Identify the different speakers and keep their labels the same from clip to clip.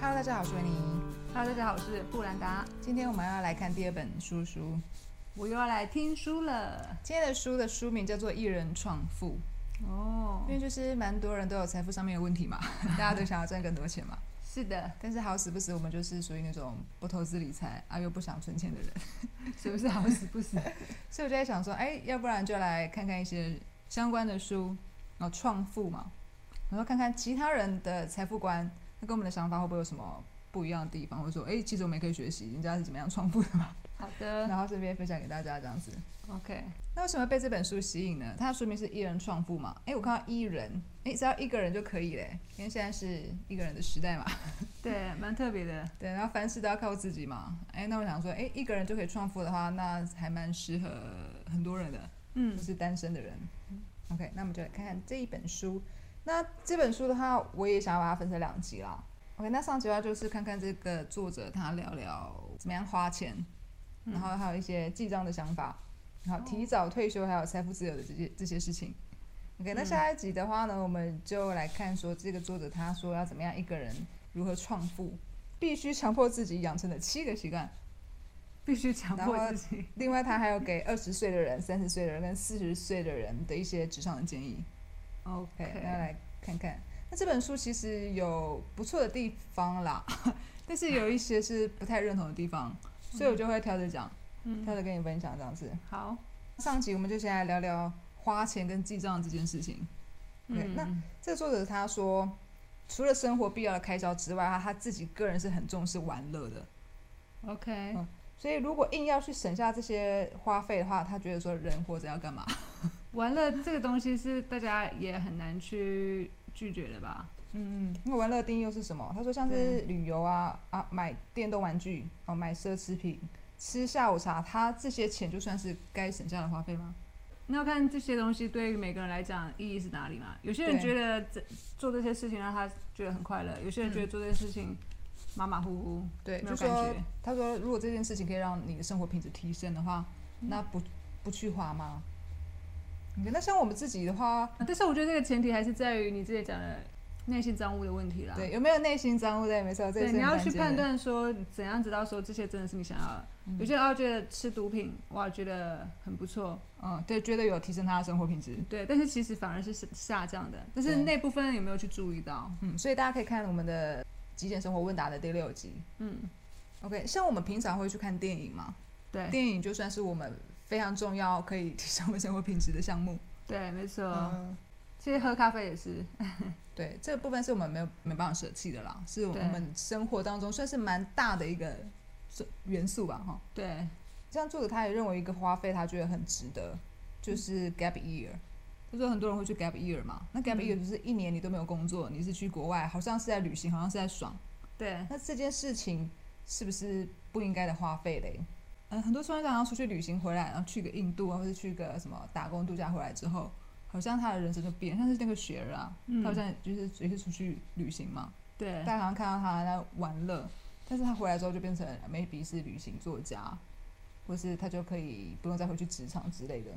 Speaker 1: Hello，大家好，我是维尼。
Speaker 2: Hello，大家好，我是布兰达，
Speaker 1: 今天我们要来看第二本书书。
Speaker 2: 我又要来听书了。
Speaker 1: 今天的书的书名叫做《一人创富》，
Speaker 2: 哦
Speaker 1: 因，为就是蛮多人都有财富上面的问题嘛， 大家都想要赚更多钱嘛。
Speaker 2: 是的，
Speaker 1: 但是好死不死，我们就是属于那种不投资理财啊又不想存钱的人，
Speaker 2: 是不是好死不死？
Speaker 1: 所以我就在想说，哎，要不然就来看看一些相关的书，然后创富嘛，然后看看其他人的财富观，那跟我们的想法会不会有什么不一样的地方，或者说，哎，其实我们也可以学习人家是怎么样创富的嘛，
Speaker 2: 好的
Speaker 1: 然后这边分享给大家这样子。
Speaker 2: ，OK，
Speaker 1: 那为什么被这本书吸引呢？它的书名是《一人创富》嘛？诶，我看到一人，诶，只要一个人就可以嘞，因为现在是一个人的时代嘛。
Speaker 2: 对，蛮特别的，
Speaker 1: 对，然后凡事都要靠自己嘛。诶，那我想说，诶，一个人就可以创富的话，那还蛮适合很多人的，
Speaker 2: 嗯
Speaker 1: 就，是单身的人。OK，那我们就来看看这一本书。那这本书的话，我也想要把它分成两集啦。OK，那上集的话就是看看这个作者他聊聊怎么样花钱，
Speaker 2: 嗯哦
Speaker 1: 然后还有一些记账的想法，然后提早退休还有财富自由的这些这些事情。OK，那
Speaker 2: 嗯
Speaker 1: 下一集的话呢，我们就来看说这个作者他说要怎么样一个人如何创富，必须强迫自己养成的七个习惯。
Speaker 2: 必须强迫
Speaker 1: 然后
Speaker 2: 自己。
Speaker 1: 另外，他还有给二十岁的人、三十岁的人跟四十岁的人的一些职场的建议。OK，那
Speaker 2: OK，
Speaker 1: 来看看。那这本书其实有不错的地方啦， 但是有一些是不太认同的地方，所以我就会挑着讲，挑
Speaker 2: 嗯，
Speaker 1: 着跟你分享这样子。
Speaker 2: 好，
Speaker 1: 上集我们就先来聊聊花钱跟记账这件事情。对
Speaker 2: 嗯，
Speaker 1: 那这个作者他说，除了生活必要的开销之外，他他自己个人是很重视玩乐的，
Speaker 2: OK，
Speaker 1: 嗯所以如果硬要去省下这些花费的话，他觉得说人活着要干嘛？
Speaker 2: 玩乐这个东西是大家也很难去拒绝的吧？
Speaker 1: 嗯，嗯，那玩乐定义又是什么？他说像是旅游啊啊，买电动玩具哦，买奢侈品，吃下午茶，他这些钱就算是该省下的花费吗？
Speaker 2: 那要看这些东西对于每个人来讲意义是哪里嘛？有些人
Speaker 1: 对
Speaker 2: 觉得这做这些事情让他觉得很快乐，有些人觉得做这些事情马马虎虎，
Speaker 1: 嗯对，
Speaker 2: 没
Speaker 1: 就
Speaker 2: 有
Speaker 1: 说
Speaker 2: 感觉
Speaker 1: 他说如果这件事情可以让你的生活品质提升的话，
Speaker 2: 嗯
Speaker 1: 那不不去花吗？OK，那像我们自己的话，
Speaker 2: 啊但是我觉得这个前提还是在于你之前讲的内心账务的问题啦。
Speaker 1: 对，有没有内心脏污在？没错，这也
Speaker 2: 对，
Speaker 1: 是很
Speaker 2: 你要
Speaker 1: 关
Speaker 2: 去
Speaker 1: 键
Speaker 2: 判
Speaker 1: 的。
Speaker 2: 断说怎样知道说这些真的是你想要的。
Speaker 1: 嗯
Speaker 2: 有些人哦觉得吃毒品哇觉得很不错，
Speaker 1: 嗯，对，觉得有提升他的生活品质。
Speaker 2: 对，但是其实反而是下下降的。但是
Speaker 1: 对
Speaker 2: 那部分有没有去注意到？
Speaker 1: 嗯，所以大家可以看我们的极简生活问答的第六集。
Speaker 2: 嗯，
Speaker 1: OK，像我们平常会去看电影吗？
Speaker 2: 对
Speaker 1: 电影就算是我们非常重要，可以提升我们生活品质的项目。
Speaker 2: 对，没错。
Speaker 1: 嗯，
Speaker 2: 其实喝咖啡也是，
Speaker 1: 对，这个部分是我们没有没办法舍弃的啦，是我
Speaker 2: 对
Speaker 1: 们生活当中算是蛮大的一个是元素吧，哈。
Speaker 2: 对，
Speaker 1: 这样作者他也认为一个花费，他觉得很值得，就是 gap year。他说很多人会去 gap year 嘛，那 gap
Speaker 2: 嗯
Speaker 1: year 就是一年你都没有工作，你是去国外，好像是在旅行，好像是在爽。
Speaker 2: 对，
Speaker 1: 那这件事情是不是不应该的花费嘞？嗯，很多创业家然后出去旅行回来，然后去个印度啊，或者去个什么打工度假回来之后，好像他的人生就变，像是那个雪儿啊，
Speaker 2: 嗯
Speaker 1: 他好像就是也是出去旅行嘛，
Speaker 2: 对
Speaker 1: 大，家好像看到他在玩乐，但是他回来之后就变成 maybe 是旅行作家，或是他就可以不用再回去职场之类的。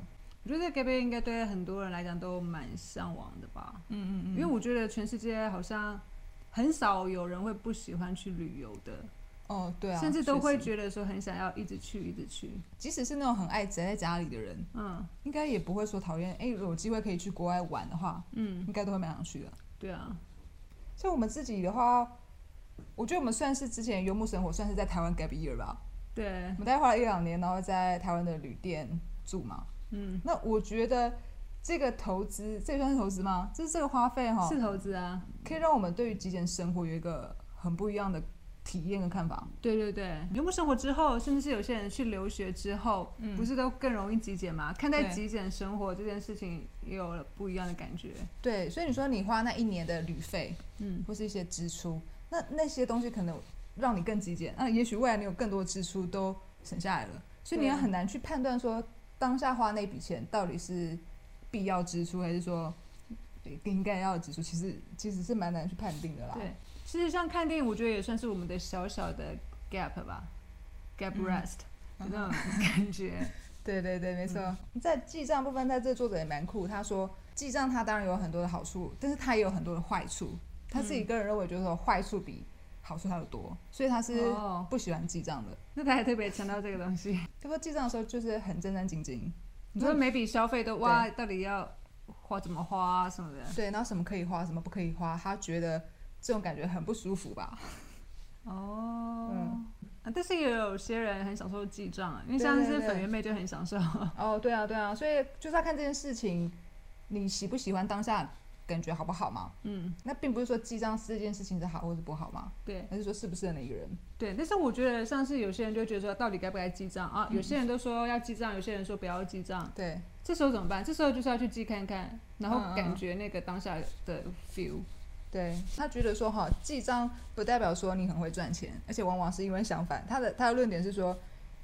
Speaker 2: 我觉得咖啡应该对很多人来讲都蛮向往的吧，
Speaker 1: 嗯嗯
Speaker 2: 因为我觉得全世界好像很少有人会不喜欢去旅游的。
Speaker 1: 哦对啊，
Speaker 2: 甚至都会
Speaker 1: 确实
Speaker 2: 觉得说很想要一直去，一直去。
Speaker 1: 即使是那种很爱宅在家里的人，
Speaker 2: 嗯
Speaker 1: 应该也不会说讨厌。哎，有机会可以去国外玩的话，
Speaker 2: 嗯，
Speaker 1: 应该都会蛮想去的。
Speaker 2: 对啊，
Speaker 1: 像我们自己的话，我觉得我们算是之前游牧生活，算是在台湾 gap year 吧。
Speaker 2: 对
Speaker 1: 我，们大概花了一两年，然后在台湾的旅店住嘛。
Speaker 2: 嗯，
Speaker 1: 那我觉得这个投资，这也算是投资吗？就是这个花费哈、
Speaker 2: 是投资啊，
Speaker 1: 可以让我们对于极简生活有一个很不一样的体验跟看法。
Speaker 2: 对对对。游牧生活之后，甚至是有些人去留学之后，
Speaker 1: 嗯
Speaker 2: 不是都更容易极简吗？看待
Speaker 1: 对
Speaker 2: 极简生活这件事情也有了不一样的感觉。
Speaker 1: 对，所以你说你花那一年的旅费
Speaker 2: 嗯，
Speaker 1: 或是一些支出，那那些东西可能让你更极简。那也许未来你有更多的支出都省下来了，所以你
Speaker 2: 对啊
Speaker 1: 也很难去判断说当下花那笔钱到底是必要支出还是说应该要的支出，其实其实是蛮难去判定的啦。
Speaker 2: 对。事实上，看电影我觉得也算是我们的小小的 gap 吧，gap
Speaker 1: 嗯
Speaker 2: rest、
Speaker 1: 嗯
Speaker 2: 那种感觉。
Speaker 1: 对对对，没错。
Speaker 2: 嗯
Speaker 1: 在记账部分，在这作者也蛮酷，他说记账
Speaker 2: 嗯
Speaker 1: 它当然有很多的好处，但是它也有很多的坏处。他自己个人认为，就是说坏处比好处还有多，所以他 是
Speaker 2: 哦，
Speaker 1: 不喜欢记账的。
Speaker 2: 那他还特别强调这个东西。
Speaker 1: 他说记账的时候就是很战战兢兢，
Speaker 2: 你说每笔消费都哇，到底要花怎么花啊什么的。
Speaker 1: 对，然后什么可以花，什么不可以花，他觉得这种感觉很不舒服吧？
Speaker 2: 哦，
Speaker 1: 嗯
Speaker 2: 啊，但是也有些人很享受记账啊，因为
Speaker 1: 对
Speaker 2: 像
Speaker 1: 对
Speaker 2: 是
Speaker 1: 对
Speaker 2: 粉圆妹就很 享受。
Speaker 1: 哦，对啊，对啊，所以就是要看这件事情，你喜不喜欢当下感觉好不好嘛？
Speaker 2: 嗯，
Speaker 1: 那并不是说记账这件事情是好或是不好嘛，
Speaker 2: 对
Speaker 1: 而是说适不适合哪一个人。
Speaker 2: 对，但是我觉得像是有些人就觉得说，到底该不该记账啊？有些人都说要记账，有些人说不要记账，
Speaker 1: 对，
Speaker 2: 这时候怎么办？这时候就是要去记看看，
Speaker 1: 嗯
Speaker 2: 然
Speaker 1: 嗯
Speaker 2: 后
Speaker 1: 嗯
Speaker 2: 感觉那个当下的 feel。
Speaker 1: 对他觉得说哈，记账不代表说你很会赚钱，而且往往是因为相反，他的他的论点是说，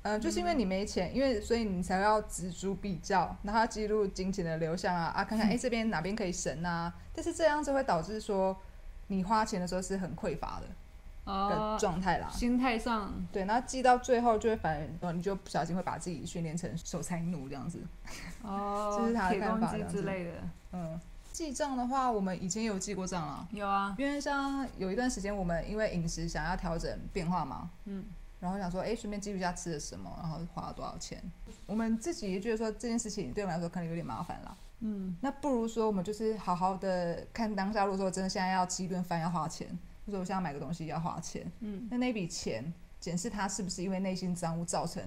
Speaker 1: 呃，就是因为你没钱，因为所以你才要锱铢必较，然后要记录金钱的流向啊啊，看看哎、诶这边哪边可以省啊，但是这样子会导致说你花钱的时候是很匮乏的的
Speaker 2: 哦，
Speaker 1: 状态啦。
Speaker 2: 心态上，
Speaker 1: 对，然后记到最后就会反而，你就不小心会把自己训练成守财奴这样子。
Speaker 2: 哦，
Speaker 1: 这是他的
Speaker 2: 铁
Speaker 1: 看
Speaker 2: 公
Speaker 1: 法
Speaker 2: 鸡
Speaker 1: 这样
Speaker 2: 之
Speaker 1: 子
Speaker 2: 类的，
Speaker 1: 嗯，记账的话，我们以前也有记过账啦，
Speaker 2: 有啊，
Speaker 1: 因为像有一段时间我们因为饮食想要调整变化嘛，
Speaker 2: 嗯，
Speaker 1: 然后想说，哎，顺便记录一下吃了什么，然后花了多少钱。我们自己也觉得说这件事情对我们来说可能有点麻烦啦，
Speaker 2: 嗯，
Speaker 1: 那不如说我们就是好好的看当下。如果说真的现在要吃一顿饭要花钱，或者我现在买个东西要花钱，
Speaker 2: 嗯，
Speaker 1: 那那笔钱检视他是不是因为内心脏污造成，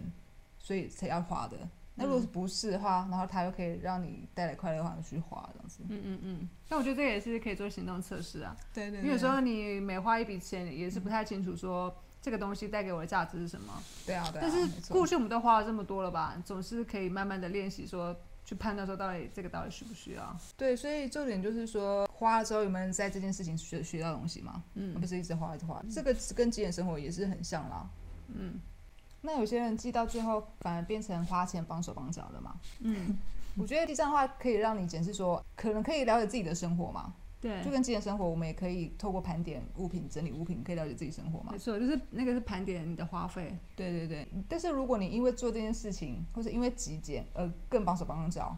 Speaker 1: 所以才要花的。那如果不是的话，然后他又可以让你带来快乐的话，你去花这样子。
Speaker 2: 嗯嗯嗯，但我觉得这也是可以做行动测试啊，
Speaker 1: 对对
Speaker 2: 因为有时候你每花一笔钱，也是不太清楚说这个东西带给我的价值是什么。
Speaker 1: 对啊，对啊。
Speaker 2: 但
Speaker 1: 没
Speaker 2: 是
Speaker 1: 错
Speaker 2: 过去我们都花了这么多了吧，总是可以慢慢的练习说去判断说到底这个到底需不需要。
Speaker 1: 对，所以重点就是说，花了之后有没有人在这件事情学学到东西嘛？而
Speaker 2: 嗯
Speaker 1: 不是一直花一直花，这个跟极简生活也是很像啦。
Speaker 2: 嗯
Speaker 1: 那有些人记到最后反而变成花钱帮手帮脚的嘛？
Speaker 2: 嗯，
Speaker 1: 我觉得记账的话可以让你检视说，可能可以了解自己的生活嘛，
Speaker 2: 对
Speaker 1: 就，跟极简生活，我们也可以透过盘点物品、整理物品，可以了解自己生活嘛
Speaker 2: 没。错，就是那个是盘点你的花费。
Speaker 1: 对对对，但是如果你因为做这件事情，或者因为极简而更帮手帮脚，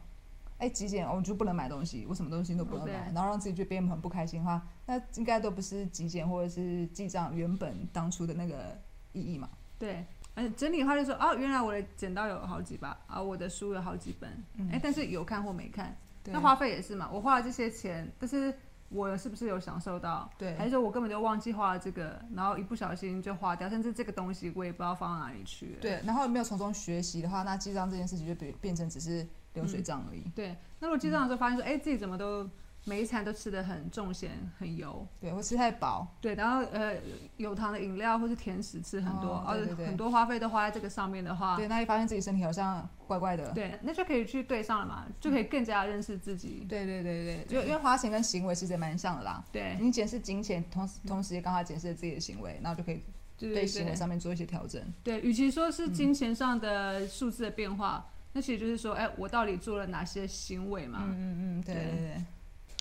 Speaker 1: 哎，极简哦，我就不能买东西，我什么东西都不能
Speaker 2: 对
Speaker 1: 买，然后让自己就变得很不开心的话，那应该都不是极简或者是记账原本当初的那个意义嘛。
Speaker 2: 对，而且整理的话就说哦，原来我的剪刀有好几把啊，我的书有好几本，
Speaker 1: 嗯
Speaker 2: 哎、但是有看或没看，
Speaker 1: 对
Speaker 2: 那花费也是嘛，我花了这些钱，但是。我是不是有享受到？
Speaker 1: 对
Speaker 2: 还是说我根本就忘记花了这个，然后一不小心就花掉，甚至这个东西我也不知道放到哪里去了。
Speaker 1: 对，然后没有从中学习的话，那记账这件事情就变变成只是流水账而已。
Speaker 2: 对，那如果记账的时候发现说，哎、自己怎么都每一餐都吃的很重咸、很油，
Speaker 1: 对，或吃太饱，
Speaker 2: 对，然后呃有糖的饮料或是甜食吃很多，
Speaker 1: 哦
Speaker 2: 而
Speaker 1: 对
Speaker 2: 且
Speaker 1: 对对
Speaker 2: 很多花费都花在这个上面的话，
Speaker 1: 对，那一发现自己身体好像怪怪的。
Speaker 2: 对，那就可以去对上了嘛，就可以更加认识自己。
Speaker 1: 对对对对，就因为花钱跟行为其实也蛮像的啦。
Speaker 2: 对，
Speaker 1: 你检视金钱，同时同时也刚好检视了自己的行为，然后就可以
Speaker 2: 对
Speaker 1: 对
Speaker 2: 对
Speaker 1: 行为
Speaker 2: 对
Speaker 1: 上面嗯做一些调整。
Speaker 2: 对，与其说是金钱上的数字的变化，那其实就是说，哎、我到底做了哪些行为嘛？
Speaker 1: 嗯嗯，对
Speaker 2: 对
Speaker 1: 对对。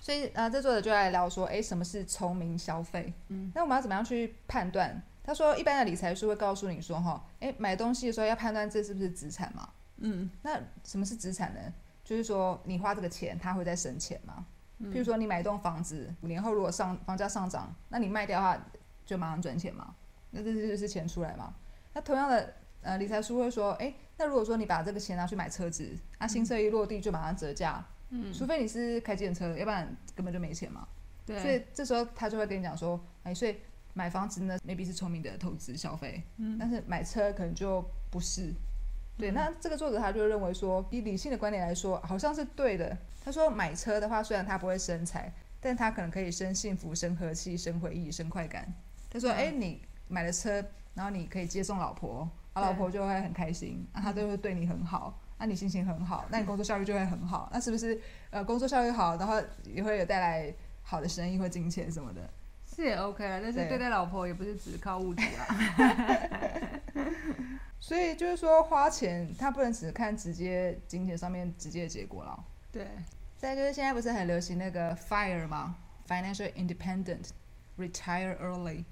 Speaker 1: 所以呃，这作者就来聊说，诶，什么是聪明消费？
Speaker 2: 嗯，
Speaker 1: 那我们要怎么样去判断？他说，一般的理财书会告诉你说，哈，诶，买东西的时候要判断这是不是资产嘛？
Speaker 2: 嗯
Speaker 1: 那什么是资产呢？就是说你花这个钱，它会再生钱嘛？
Speaker 2: 嗯
Speaker 1: 譬如说你买一栋房子，五年后如果上房价上涨，那你卖掉的话就马上赚钱嘛？那这就是钱出来嘛？那同样的，呃，理财书会说，诶，那如果说你把这个钱拿去买车子，那、新车一落地就马上折价，
Speaker 2: 嗯，
Speaker 1: 除非你是开计程车，要不然根本就没钱嘛。
Speaker 2: 对，
Speaker 1: 所以这时候他就会跟你讲说，哎，所以买房子呢，maybe 是聪明的投资消费，
Speaker 2: 嗯
Speaker 1: 但是买车可能就不是。对，
Speaker 2: 嗯
Speaker 1: 那这个作者他就认为说，以理性的观点来说，好像是对的。他说买车的话，虽然它不会生财，但它可能可以生幸福、生和气、生回忆、生快感。他说，
Speaker 2: 嗯
Speaker 1: 哎、你买了车，然后你可以接送老婆，啊，
Speaker 2: 对
Speaker 1: 老婆就会很开心，
Speaker 2: 嗯
Speaker 1: 啊，她就会对你很好，那、你心情很好，那你工作效率就会很好，那是不是呃工作效率好，然后也会有带来好的生意或金钱什么的？
Speaker 2: 是也 OK 了，但是
Speaker 1: 对
Speaker 2: 对待老婆也不是只靠物质啊。
Speaker 1: 所以就是说，花钱它不能只看直接金钱上面直接的结果了。
Speaker 2: 对，
Speaker 1: 再就是现在不是很流行那个 FIRE 吗？Financial Independent, Retire Early，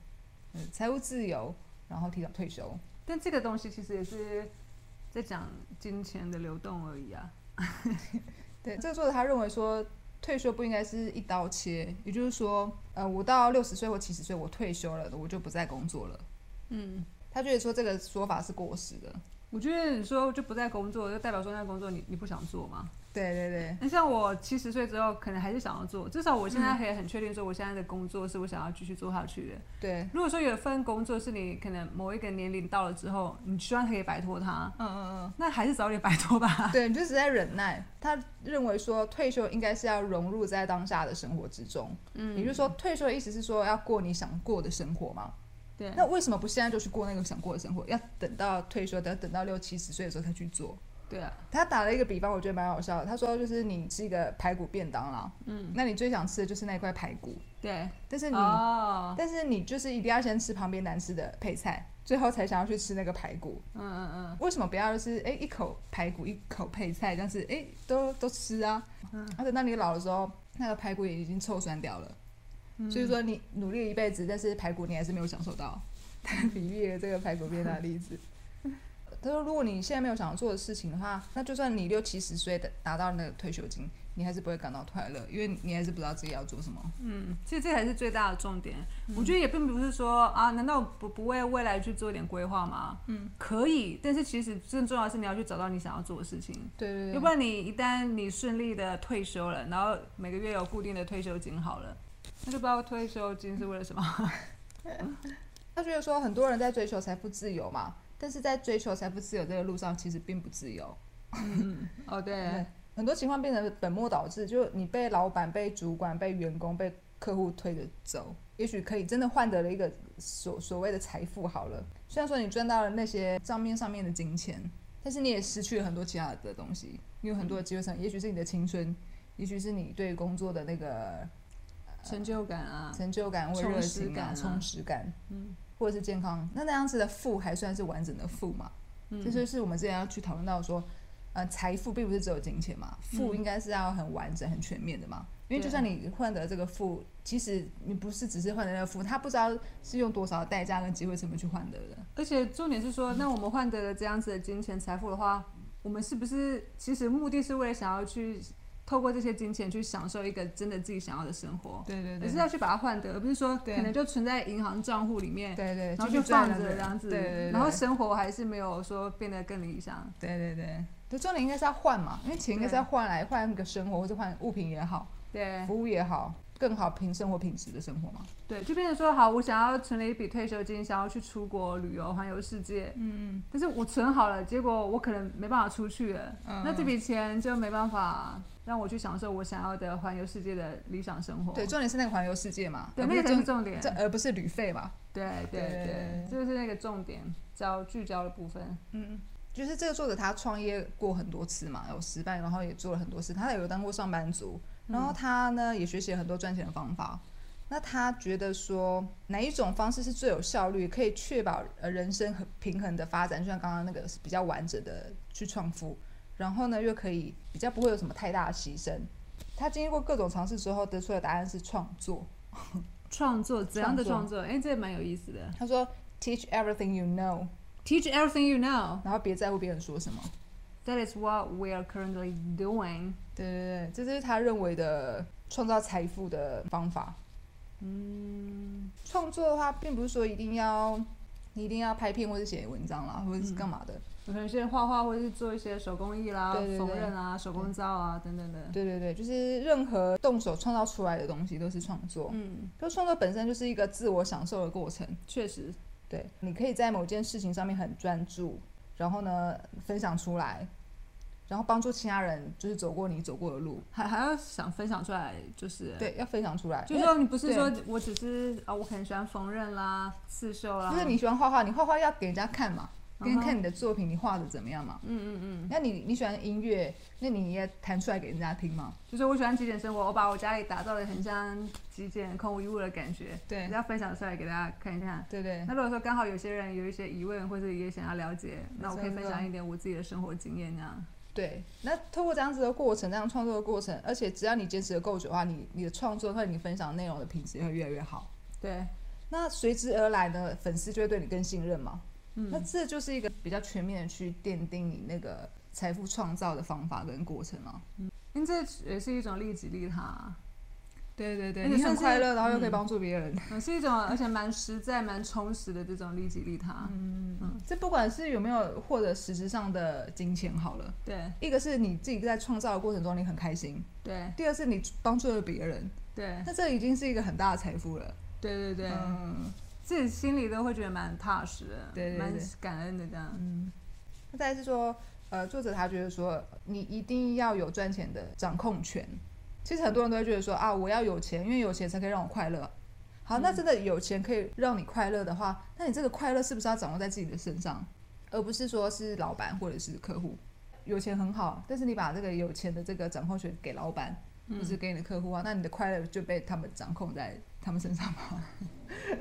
Speaker 1: 呃财务自由，然后提早退休。
Speaker 2: 但这个东西其实也是在讲金钱的流动而已啊。
Speaker 1: 对，这个作者他认为说，退休不应该是一刀切，也就是说，呃，我到六十岁或七十岁我退休了，我就不再工作了。
Speaker 2: 嗯，
Speaker 1: 他觉得说这个说法是过时的。
Speaker 2: 我觉得你说就不再工作，就代表说那工作你你不想做吗？
Speaker 1: 对对对，
Speaker 2: 那像我七十岁之后，可能还是想要做，至少我现在可以很确定说，我现在的工作是我想要继续做下去的。
Speaker 1: 对，
Speaker 2: 如果说有一份工作是你可能某一个年龄到了之后，你希望可以摆脱它，
Speaker 1: 嗯嗯
Speaker 2: 那还是早点摆脱吧
Speaker 1: 嗯，。 对，你就只在忍耐。他认为说退休应该是要融入在当下的生活之中，也就
Speaker 2: 嗯，
Speaker 1: 是说退休的意思是说要过你想过的生活嘛。
Speaker 2: 对，
Speaker 1: 那为什么不现在就去过那个想过的生活？要等到退休，等等到六七十岁的时候才去做？
Speaker 2: 对啊，
Speaker 1: 他打了一个比方，我觉得蛮好笑的。他说，就是你吃一个排骨便当啦，
Speaker 2: 嗯，
Speaker 1: 那你最想吃的就是那一块排骨，
Speaker 2: 对，
Speaker 1: 但是你、
Speaker 2: 哦，
Speaker 1: 但是你就是一定要先吃旁边难吃的配菜，最后才想要去吃那个排骨。
Speaker 2: 嗯嗯嗯，
Speaker 1: 为什么不要就是哎一口排骨一口配菜，但是哎都都吃啊？
Speaker 2: 嗯
Speaker 1: 啊，等到你老的时候，那个排骨也已经臭酸掉了。
Speaker 2: 嗯
Speaker 1: 所以说你努力了一辈子，但是排骨你还是没有享受到。 他比喻了这个排骨便当的例子。他说，如果你现在没有想要做的事情的话，那就算你六七十岁的拿到那个退休金，你还是不会感到快乐，因为你还是不知道自己要做什么。
Speaker 2: 嗯，其实这才是最大的重点。
Speaker 1: 嗯
Speaker 2: 我觉得也并不是说啊，难道不不为未来去做一点规划吗？
Speaker 1: 嗯，
Speaker 2: 可以，但是其实更重要的是你要去找到你想要做的事情。
Speaker 1: 对对
Speaker 2: 要不然你一旦你顺利的退休了，然后每个月有固定的退休金好了，那就不知道退休金是为了什么。
Speaker 1: 他觉得说，很多人在追求财富自由嘛，但是在追求财富自由这个路上，其实并不自由。
Speaker 2: 哦，对
Speaker 1: 对，很多情况变成本末倒置，就你被老板、被主管、被员工、被客户推着走，也许可以真的换得了一个所所谓的财富好了。虽然说你赚到了那些账面上面的金钱，但是你也失去了很多其他的东西，你有很多的机会上，也许是你的青春，也许是你对工作的那个
Speaker 2: 成就感啊，
Speaker 1: 成就感或
Speaker 2: 充
Speaker 1: 热
Speaker 2: 实
Speaker 1: 情
Speaker 2: 感
Speaker 1: 啊、
Speaker 2: 啊
Speaker 1: 充实感，
Speaker 2: 嗯
Speaker 1: 或者是健康，那那样子的富还算是完整的富嘛？
Speaker 2: 嗯，
Speaker 1: 这就是我们之前要去讨论到说，呃，财富并不是只有金钱嘛，富
Speaker 2: 嗯
Speaker 1: 应该是要很完整、很全面的嘛。因为就
Speaker 2: 对啊
Speaker 1: 算你换得这个富，其实你不是只是换得那个富，他不知道是用多少代价跟机会成本去换得的。
Speaker 2: 而且重点是说，那我们换得了这样子的金钱财富的话，我们是不是其实目的是为了想要去透过这些金钱去享受一个真的自己想要的生活，
Speaker 1: 对对
Speaker 2: 而是要去把它换得，而不是说
Speaker 1: 对
Speaker 2: 可能就存在银行账户里面，
Speaker 1: 对对，
Speaker 2: 然后
Speaker 1: 继续
Speaker 2: 就
Speaker 1: 赚
Speaker 2: 放着
Speaker 1: 了
Speaker 2: 这样子，
Speaker 1: 对对对，
Speaker 2: 然后生活还是没有说变得更理想。
Speaker 1: 对对对，就重点应该是要换嘛，因为钱应该是要
Speaker 2: 对
Speaker 1: 换来换个生活，或者换物品也好，
Speaker 2: 对
Speaker 1: 服务也好，更好平生活品质的生活嘛。
Speaker 2: 对，就变成说，好，我想要存了一笔退休金，想要去出国旅游环游世界，
Speaker 1: 嗯
Speaker 2: 但是我存好了，结果我可能没办法出去了，
Speaker 1: 嗯
Speaker 2: 那这笔钱就没办法让我去享受我想要的环游世界的理想生活。
Speaker 1: 对，重点是那个环游世界嘛，
Speaker 2: 对，
Speaker 1: 而不
Speaker 2: 那个
Speaker 1: 是
Speaker 2: 才是
Speaker 1: 重
Speaker 2: 重点。
Speaker 1: 这而不是旅费嘛。
Speaker 2: 对对
Speaker 1: 对
Speaker 2: 对，这就是那个重点，焦聚焦的部分。
Speaker 1: 嗯，就是这个作者他创业过很多次嘛，有失败，然后也做了很多事，他有当过上班族，然后他呢也学习了很多赚钱的方法。那他觉得说哪一种方式是最有效率，可以确保呃人生很平衡的发展？就像刚刚那个是比较完整的去创富，然后呢又可以比较不会有什么太大的牺牲。他经历过各种尝试之后，得出的答案是创作。
Speaker 2: 创作怎样的
Speaker 1: 创
Speaker 2: 创作？哎，这蛮有意思的。
Speaker 1: 他说：“Teach everything you know，
Speaker 2: Teach everything you know.
Speaker 1: 然后别在乎别人说什么。”
Speaker 2: That is what we are currently doing.
Speaker 1: 对对对，这是他认为的创造财富的方法。
Speaker 2: 嗯，
Speaker 1: 创作的话，并不是说一定要你一定要拍片或者写文章啦，或者
Speaker 2: 嗯
Speaker 1: 是干嘛的。
Speaker 2: 有可能是画画，或者是做一些手工艺啦、
Speaker 1: 对对对
Speaker 2: 缝纫啊、手工皂啊等等的。
Speaker 1: 对对对，就是任何动手创造出来的东西都是创作。
Speaker 2: 嗯，
Speaker 1: 就创作本身就是一个自我享受的过程。
Speaker 2: 确实，
Speaker 1: 对，你可以在某件事情上面很专注，然后呢分享出来，然后帮助其他人就是走过你走过的路。
Speaker 2: 还还要想分享出来，就是，
Speaker 1: 对，要分享出来。
Speaker 2: 就是
Speaker 1: 因为
Speaker 2: 说你不是
Speaker 1: 对
Speaker 2: 说我只是啊，我很喜欢缝纫啦、刺绣啦，
Speaker 1: 就是你喜欢画画，你画画要给人家看嘛，给人
Speaker 2: 嗯哼
Speaker 1: 看你的作品，你画的怎么样嘛。
Speaker 2: 嗯嗯嗯，
Speaker 1: 那你你喜欢音乐，那你也弹出来给人家听吗？
Speaker 2: 就是我喜欢极简生活，我把我家里打造的很像极简空无一物的感觉，
Speaker 1: 对
Speaker 2: 大家分享出来给大家看一看。
Speaker 1: 对对
Speaker 2: 那如果说刚好有些人有一些疑问，或者也想要了解，那我可以分享一点我自己的生活经验那样。
Speaker 1: 对。那透过这样子的过程，这样创作的过程，而且只要你坚持的够久的话，你你的创作或者你分享内容的品质也会越来越好。
Speaker 2: 对，
Speaker 1: 那随之而来呢，粉丝就会对你更信任嘛。那
Speaker 2: 嗯，
Speaker 1: 这就是一个比较全面的去奠定你那个财富创造的方法跟过程嘛。
Speaker 2: 因为这也是一种利己利他啊、
Speaker 1: 对对
Speaker 2: 而
Speaker 1: 对，
Speaker 2: 且
Speaker 1: 你很
Speaker 2: 甚至
Speaker 1: 快乐，然后又可以
Speaker 2: 嗯
Speaker 1: 帮助别人。
Speaker 2: 嗯，是一种而且蛮实在、蛮充实的这种利己利他。
Speaker 1: 嗯，这不管是有没有获得实质上的金钱好了，
Speaker 2: 对
Speaker 1: 一个是你自己在创造的过程中你很开心，
Speaker 2: 对
Speaker 1: 第二是你帮助了别人，
Speaker 2: 对
Speaker 1: 那这已经是一个很大的财富了。
Speaker 2: 对对对，
Speaker 1: 嗯
Speaker 2: 自己心里都会觉得蛮踏实的，
Speaker 1: 对对
Speaker 2: 蛮
Speaker 1: 对
Speaker 2: 感恩的这样。
Speaker 1: 嗯，那再来是说，呃，作者他觉得说，你一定要有赚钱的掌控权。其实很多人都会觉得说啊，我要有钱，因为有钱才可以让我快乐。好，那真的有钱可以让你快乐的话，那你这个快乐是不是要掌握在自己的身上，而不是说是老板或者是客户？有钱很好，但是你把这个有钱的这个掌控权给老板，
Speaker 2: 嗯
Speaker 1: 或是给你的客户啊，那你的快乐就被他们掌控在他们身上吗？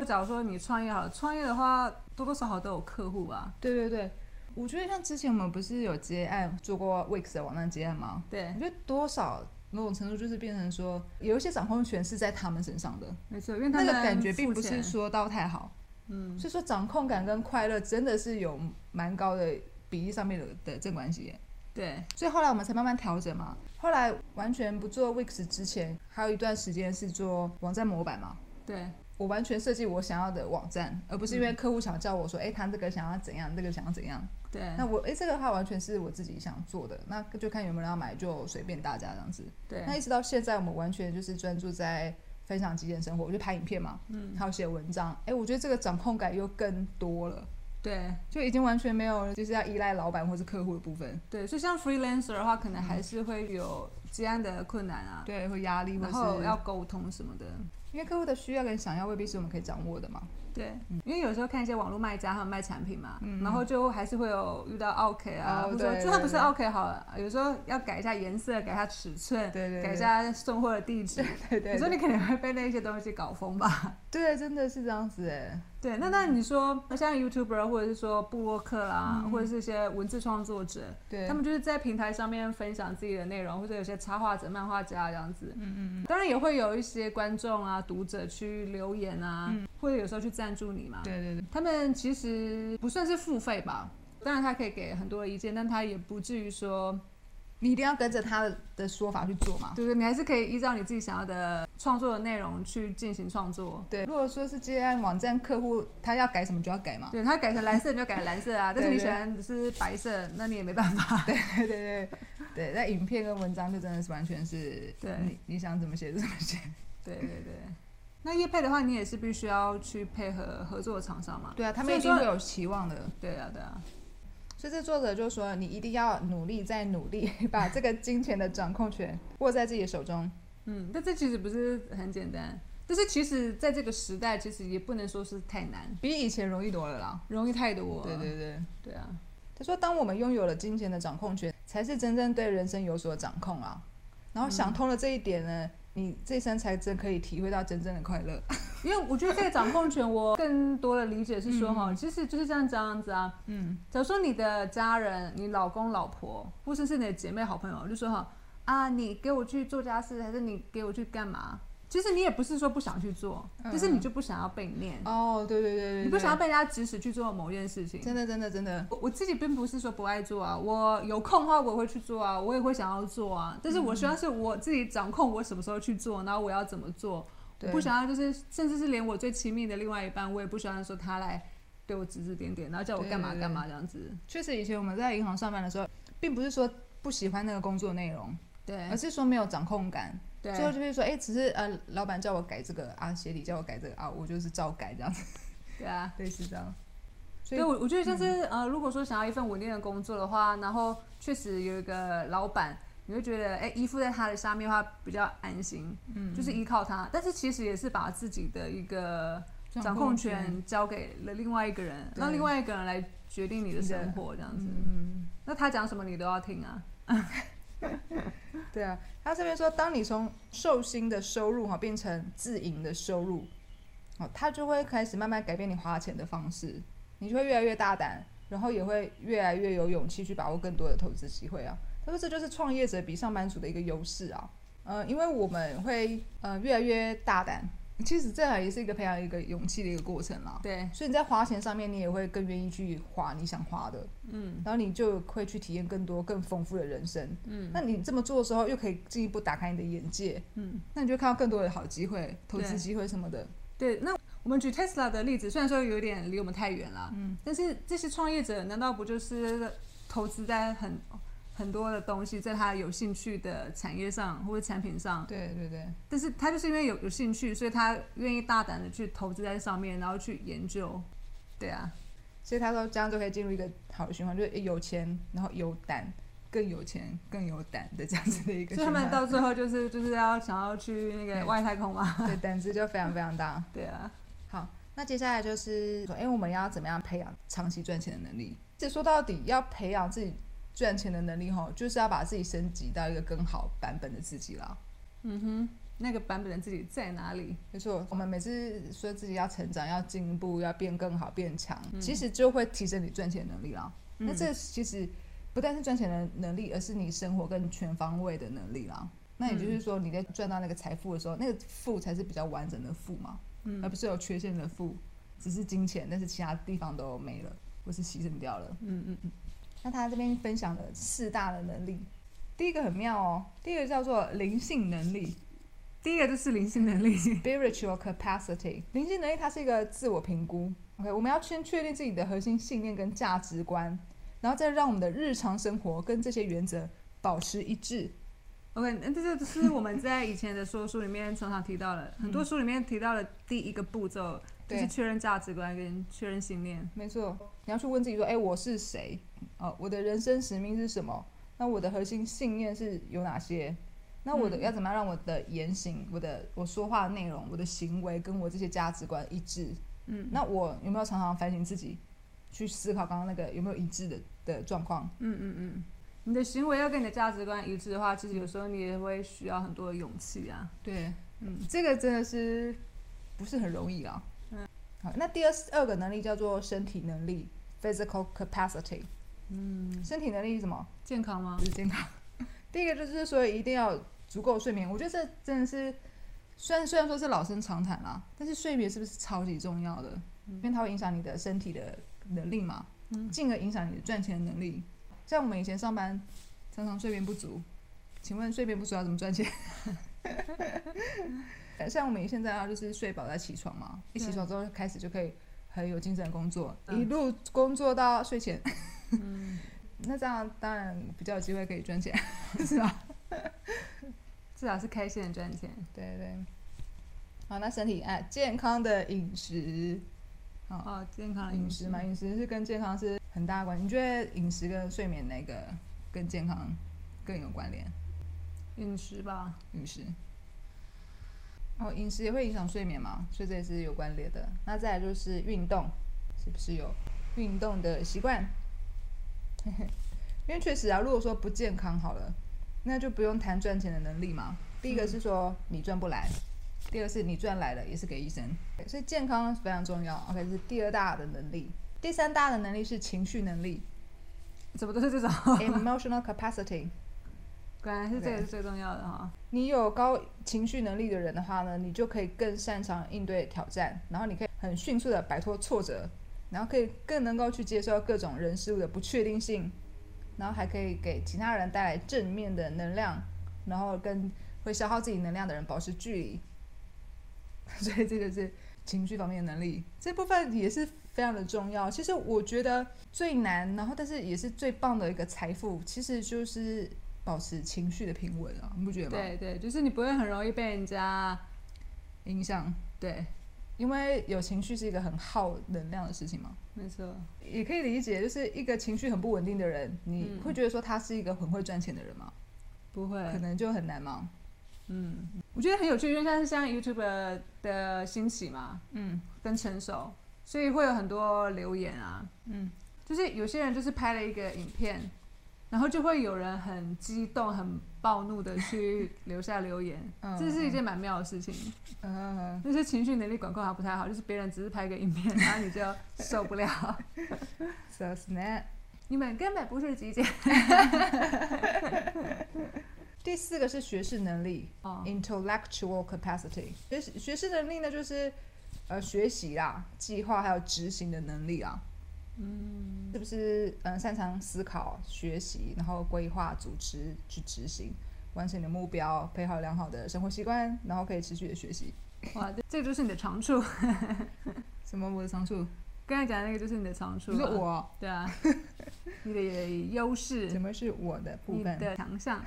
Speaker 2: 假如说你创业好了，创业的话多多少少都有客户吧？
Speaker 1: 对对对，我觉得像之前我们不是有接案做过 Wix 的网站接案吗？
Speaker 2: 对
Speaker 1: 我，觉得多少某种程度就是变成说，有一些掌控权是在他们身上的，
Speaker 2: 没错，因为他
Speaker 1: 那
Speaker 2: 们
Speaker 1: 个感觉并
Speaker 2: 付
Speaker 1: 不是
Speaker 2: 钱
Speaker 1: 说到太好，
Speaker 2: 嗯，
Speaker 1: 所以说掌控感跟快乐真的是有蛮高的比例上面的的正关系耶。
Speaker 2: 对
Speaker 1: 所以后来我们才慢慢调整嘛。后来完全不做 Wix 之前，还有一段时间是做网站模板嘛。
Speaker 2: 对
Speaker 1: 我完全设计我想要的网站，而不是因为客户想叫我说，哎、他这个想要怎样，那个想要怎样。
Speaker 2: 对
Speaker 1: 那我哎、这个的话完全是我自己想做的，那就看有没有人要买，就随便大家这样子。那
Speaker 2: 对，
Speaker 1: 一直到现在，我们完全就是专注在分享极简生活，我就拍影片嘛，
Speaker 2: 嗯
Speaker 1: 还有写文章。哎、我觉得这个掌控感又更多了，
Speaker 2: 对
Speaker 1: 就已经完全没有就是要依赖老板或是客户的部分，
Speaker 2: 对，就像 freelancer 的话，可能还是会有接案的困难啊，
Speaker 1: 嗯对，会压力或
Speaker 2: 然后
Speaker 1: 是
Speaker 2: 要沟通什么的。
Speaker 1: 因为客户的需要跟想要未必是我们可以掌握的嘛。
Speaker 2: 对，因为有时候看一些网络卖家他们卖产品嘛，
Speaker 1: 嗯
Speaker 2: 然后就还是会有遇到 OK 啊，
Speaker 1: 哦
Speaker 2: 或者
Speaker 1: 对
Speaker 2: 说就算
Speaker 1: 对
Speaker 2: 不是
Speaker 1: 对
Speaker 2: OK 好了，有时候要改一下颜色，改一下尺寸，
Speaker 1: 对对对
Speaker 2: 改一下送货的地址。
Speaker 1: 对对
Speaker 2: 你说
Speaker 1: 对，
Speaker 2: 你可能会被那些东西搞疯 吧？
Speaker 1: 对，真的是这样子哎。
Speaker 2: 对，那那你说像 YouTuber 或者是说布洛克啦，
Speaker 1: 嗯
Speaker 2: 或者是一些文字创作者，
Speaker 1: 对，
Speaker 2: 他们就是在平台上面分享自己的内容，或者有些插画者、漫画家这样子。
Speaker 1: 嗯嗯
Speaker 2: 当然也会有一些观众啊、读者去留言啊，
Speaker 1: 嗯
Speaker 2: 或者有时候去赞助你嘛
Speaker 1: 嗯，。对对对，
Speaker 2: 他们其实不算是付费吧，当然他可以给很多的意见，但他也不至于说，
Speaker 1: 你一定要跟着他的的说法去做嘛。
Speaker 2: 就是你还是可以依照你自己想要的创作的内容去进行创作。
Speaker 1: 对，如果说是接案网站客户他要改什么就要改嘛。
Speaker 2: 对他改成蓝色你就改蓝色啊，但是你
Speaker 1: 对对
Speaker 2: 喜欢是白色，那你也没办 法。
Speaker 1: 对对对对，那影片跟文章就真的是完全是，
Speaker 2: 对
Speaker 1: 你你想怎么写就怎么写。
Speaker 2: 对 对对。那业配的话，你也是必须要去配合合作的厂商嘛。
Speaker 1: 对啊，他
Speaker 2: 所
Speaker 1: 们
Speaker 2: 以
Speaker 1: 一定
Speaker 2: 说
Speaker 1: 会有期望的。
Speaker 2: 对啊，对啊，
Speaker 1: 所以这作者就说，你一定要努力再努力， 把这个金钱的掌控权握在自己的手中。
Speaker 2: 嗯，但这其实不是很简单。但是其实在这个时代，其实也不能说是太难，
Speaker 1: 比以前容易多了啦。
Speaker 2: 容易太多了。
Speaker 1: 对对对，
Speaker 2: 对啊，
Speaker 1: 他说，当我们拥有了金钱的掌控权，才是真正对人生有所掌控啊。然后想通了这一点呢，你这一生才真可以体会到真正的快乐。
Speaker 2: 因为我觉得这个掌控权，我更多的理解是说哈，其实就是像这样子啊。
Speaker 1: 嗯，
Speaker 2: 假如说你的家人、你老公、老婆，或者是你的姐妹、好朋友，就说哈啊，你给我去做家事，还是你给我去干嘛？其实你也不是说不想去做，
Speaker 1: 嗯
Speaker 2: 就是你就不想要被念，
Speaker 1: 哦，对对对对对，
Speaker 2: 你不想要被人家指使去做某件事情。
Speaker 1: 真的真的真的，
Speaker 2: 我我自己并不是说不爱做啊，我有空的话我也会去做啊，我也会想要做啊，但是我希
Speaker 1: 嗯
Speaker 2: 望是我自己掌控我什么时候去做，然后我要怎么做，我
Speaker 1: 对
Speaker 2: 不想要就是，甚至是连我最亲密的另外一半，我也不喜欢说他来对我指指点点，然后叫我干嘛
Speaker 1: 对对对
Speaker 2: 干嘛这样子。
Speaker 1: 确实，以前我们在银行上班的时候，并不是说不喜欢那个工作内容，
Speaker 2: 对
Speaker 1: 而是说没有掌控感。
Speaker 2: 对
Speaker 1: 最后就是说，哎、只是呃，老板叫我改这个啊，协理叫我改这个啊，我就是照改这样子，
Speaker 2: 对啊，
Speaker 1: 类似这样。所以
Speaker 2: 对我我觉得像是、
Speaker 1: 嗯
Speaker 2: 呃，如果说想要一份稳定的工作的话，然后确实有一个老板。你会觉得，哎、依附在他的下面的话比较安心，嗯，就是依靠他。但是其实也是把自己的一个掌控权交给了另外一个人，
Speaker 1: 对
Speaker 2: 让另外一个人来决定你
Speaker 1: 你的
Speaker 2: 的生活，这样子。
Speaker 1: 嗯，
Speaker 2: 那他讲什么你都要听啊。
Speaker 1: 对啊。他这边说，当你从寿星的收入哈、变成自营的收入，哦，他就会开始慢慢改变你花钱的方式，你就会越来越大胆，然后也会越来越有勇气去把握更多的投资机会啊。他说这就是创业者比上班族的一个优势啊，呃，因为我们会呃越来越大胆，其实这也是一个培养一个勇气的一个过程啦。
Speaker 2: 对，
Speaker 1: 所以你在花钱上面，你也会更愿意去花你想花的，
Speaker 2: 嗯
Speaker 1: 然后你就会去体验更多、更丰富的人生。
Speaker 2: 嗯
Speaker 1: 那你这么做的时候，又可以进一步打开你的眼界，
Speaker 2: 嗯，
Speaker 1: 那你就看到更多的好机会、投资
Speaker 2: 对
Speaker 1: 机会什么的。
Speaker 2: 对。那我们举 Tesla 的例子，虽然说有点离我们太远了，
Speaker 1: 嗯，
Speaker 2: 但是这些创业者难道不就是投资在很很多的东西，在他有兴趣的产业上或者产品上？
Speaker 1: 对对对，
Speaker 2: 但是他就是因为有有兴趣，所以他愿意大胆的去投资在上面，然后去研究。对啊，
Speaker 1: 所以他说这样就可以进入一个好的循环，就是有钱，然后有胆，更有钱，更有胆的这样子的一个
Speaker 2: 所以
Speaker 1: 循环。
Speaker 2: 他们 到最后就是就是要想要去那个
Speaker 1: 对
Speaker 2: 外太空嘛。
Speaker 1: 对胆子就非常非常大。
Speaker 2: 对啊，
Speaker 1: 好，那接下来就是说，哎、我们要怎么样培养长期赚钱的能力？这说到底，要培养自己赚钱的能力，吼，就是要把自己升级到一个更好版本的自己啦。
Speaker 2: 嗯哼，那个版本的自己在哪里？
Speaker 1: 没错，我们每次说自己要成长、要进步、要变更好、变强，
Speaker 2: 嗯
Speaker 1: 其实就会提升你赚钱能力啦。那
Speaker 2: 嗯
Speaker 1: 这其实不但是赚钱的能力，而是你生活更全方位的能力啦。那也
Speaker 2: 嗯
Speaker 1: 就是说，你在赚到那个财富的时候，那个富才是比较完整的富嘛，
Speaker 2: 嗯
Speaker 1: 而不是有缺陷的富，只是金钱，但是其他地方都没了，或是牺牲掉了。
Speaker 2: 嗯嗯嗯，
Speaker 1: 那他这边分享了四大的能力，第一个很妙哦，第一个叫做灵性能力。
Speaker 2: 第一个就是灵性能力。
Speaker 1: spiritual capacity，灵性能力它是一个自我评估。OK，我们要先确定自己的核心信念跟价值观，然后再让我们的日常生活跟这些原则保持一致。
Speaker 2: OK，那这就是我们在以前的说书里面常常提到的，很多书里面提到的第一个步骤就是
Speaker 1: 对
Speaker 2: 确认价值观跟确认信念。
Speaker 1: 没错，你要去问自己说：“哎，我是谁？哦，我的人生使命是什么？那我的核心信念是有哪些？那我的、
Speaker 2: 嗯
Speaker 1: 要怎么样让我的言行、我的我说话的内容、我的行为跟我这些价值观一致？
Speaker 2: 嗯
Speaker 1: 那我有没有常常反省自己，去思考刚刚那个有没有一致的的状况？
Speaker 2: 嗯嗯嗯，你的行为要跟你的价值观一致的话，其实有时候你也会需要很多的勇气啊。
Speaker 1: 对，嗯，这个真的是不是很容易啊。
Speaker 2: 嗯，
Speaker 1: 好，那第二二个能力叫做身体能力 （physical capacity）。
Speaker 2: 嗯，
Speaker 1: 身体能力是什么？
Speaker 2: 健康吗
Speaker 1: 就？是健康。第一个就是说一定要有足够的睡眠，我觉得这真的是，虽然虽然说是老生常谈啦，但是睡眠是不是超级重要的？
Speaker 2: 嗯
Speaker 1: 因为它会影响你的身体的能力嘛，
Speaker 2: 嗯
Speaker 1: 进而影响你的赚钱能力。像我们以前上班，常常睡眠不足，请问睡眠不足要怎么赚钱？ 像我们现在啊，就是睡饱再起床嘛，一起
Speaker 2: 对
Speaker 1: 床之后开始就可以很有精神地工作，
Speaker 2: 嗯
Speaker 1: 一路工作到睡前。
Speaker 2: 嗯，
Speaker 1: 那这样当然比较有机会可以赚钱，是吧？
Speaker 2: 至少是开心的赚钱。
Speaker 1: 对对对。好，那身体哎，健康的饮食，好，
Speaker 2: 哦，健康的
Speaker 1: 啊饮食嘛，饮食是跟健康是很大的关系。你觉得饮食跟睡眠哪个跟健康更有关联？
Speaker 2: 饮食吧。
Speaker 1: 饮食。哦，饮食也会影响睡眠嘛，所以这也是有关联的。那再来就是运动，是不是有运动的习惯？ 因为确实啊，如果说不健康好了，那就不用谈赚钱的能力嘛。第一个是说你赚不来，第二个是你赚来了也是给医生，所以健康非常重要。OK，这是第二大的能力。第三大的能力是情绪能力
Speaker 2: 怎么都是这种，
Speaker 1: （emotional capacity）。
Speaker 2: 果然是这个是最重要的哈。
Speaker 1: 你有高情绪能力的人的话呢，你就可以更擅长应对挑战，然后你可以很迅速的摆脱挫折，然后可以更能够去接受各种人事物的不确定性，然后还可以给其他人带来正面的能量，然后跟会消耗自己能量的人保持距离。所以这个是情绪方面的能力，这部分也是非常的重要。其实我觉得最难，然后但是也是最棒的一个财富，其实就是保持情绪的平稳啊，你不觉得吗？
Speaker 2: 对对，就是你不会很容易被人家
Speaker 1: 影响，
Speaker 2: 对，
Speaker 1: 因为有情绪是一个很耗能量的事情嘛，
Speaker 2: 没错，
Speaker 1: 也可以理解，就是一个情绪很不稳定的人，你
Speaker 2: 嗯
Speaker 1: 会觉得说他是一个很会赚钱的人嘛，
Speaker 2: 不
Speaker 1: 可
Speaker 2: 会。
Speaker 1: 能就很难嘛。
Speaker 2: 嗯，我觉得很有趣，因为像像 YouTube 的兴起嘛，
Speaker 1: 嗯
Speaker 2: 跟成熟，所以会有很多留言啊，
Speaker 1: 嗯，
Speaker 2: 就是有些人就是拍了一个影片，然后就会有人很激动、很暴怒的去留下留言，
Speaker 1: 嗯
Speaker 2: 这是一件蛮妙的事情。
Speaker 1: 嗯，
Speaker 2: 就是情绪能力管控还不太好，就是别人只是拍个影片，然后你就受不了，
Speaker 1: so snap。
Speaker 2: 你们根本不是极简。
Speaker 1: 第四个是学识能力
Speaker 2: 哦，
Speaker 1: （intellectual capacity）。学习学识能力呢，就是呃学习啦、计划还有执行的能力啊。嗯，是不是嗯、呃擅长思考、学习，然后规划、组织去执行，完成你的目标，培养良好的生活习惯，然后可以持续的学习。
Speaker 2: 哇，这这就是你的长处。
Speaker 1: 什么我的长处？
Speaker 2: 刚才讲的那个就是你的长处
Speaker 1: 不
Speaker 2: 啊。
Speaker 1: 是我，
Speaker 2: 对啊， 你的优势
Speaker 1: 怎，么是我的部
Speaker 2: 你
Speaker 1: 分？
Speaker 2: 的强项，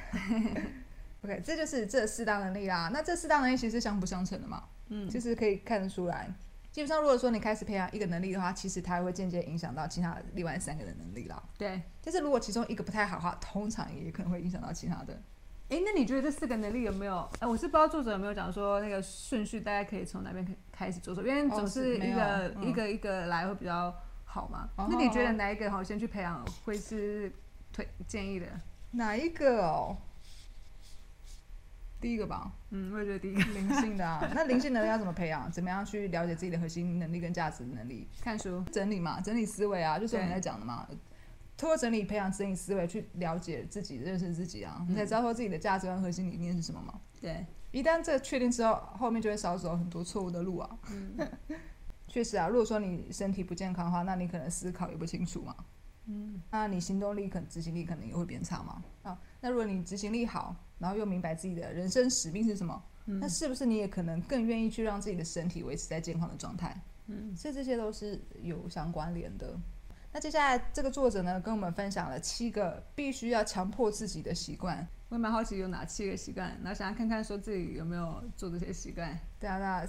Speaker 1: OK，这就是这四大能力啦。那这四大能力其实是相辅相成的嘛，
Speaker 2: 嗯
Speaker 1: 其实可以看得出来。基本上，如果说你开始培养一个能力的话，其实它会间接影响到其他另外三个的能力啦。
Speaker 2: 对。
Speaker 1: 但是如果其中一个不太好的话，通常也可能会影响到其他的。
Speaker 2: 哎，那你觉得这四个能力有没有？哎，我是不知道作者有没有讲说那个顺序，大家可以从哪边开开始着手，因为
Speaker 1: 哦
Speaker 2: 总
Speaker 1: 是
Speaker 2: 是
Speaker 1: 没
Speaker 2: 一
Speaker 1: 有
Speaker 2: 个、
Speaker 1: 嗯
Speaker 2: 一个一个来会比较好嘛。
Speaker 1: 哦
Speaker 2: 那你觉得哪一个好先去培养会是推建议的？
Speaker 1: 哪一个哦？第一个吧，
Speaker 2: 嗯，我也觉得第一个
Speaker 1: 灵性的啊。 那灵性能力要怎么培养？怎么样去了解自己的核心能力跟价值能力？
Speaker 2: 看书，
Speaker 1: 整理嘛，整理思维啊，就是我们
Speaker 2: 对
Speaker 1: 在讲的嘛。通过整理培养整理思维，去了解自己、认识自己啊，你才知道说自己的价值观、核心理念是什么嘛。
Speaker 2: 对，
Speaker 1: 一旦这个确定之后，后面就会少走很多错误的路啊。
Speaker 2: 嗯
Speaker 1: 确实啊，如果说你身体不健康的话，那你可能思考也不清楚嘛。
Speaker 2: 嗯，
Speaker 1: 那你行动力可能执行力可能也会变差嘛。啊，那如果你执行力好，然后又明白自己的人生使命是什么，
Speaker 2: 嗯
Speaker 1: 那是不是你也可能更愿意去让自己的身体维持在健康的状态？
Speaker 2: 嗯，
Speaker 1: 所以这些都是有相关联的。那接下来这个作者呢，跟我们分享了七个必须要强迫自己的习惯。
Speaker 2: 我也蛮好奇有哪七个习惯，然后想要看看说自己有没有做这些习惯。
Speaker 1: 对啊，那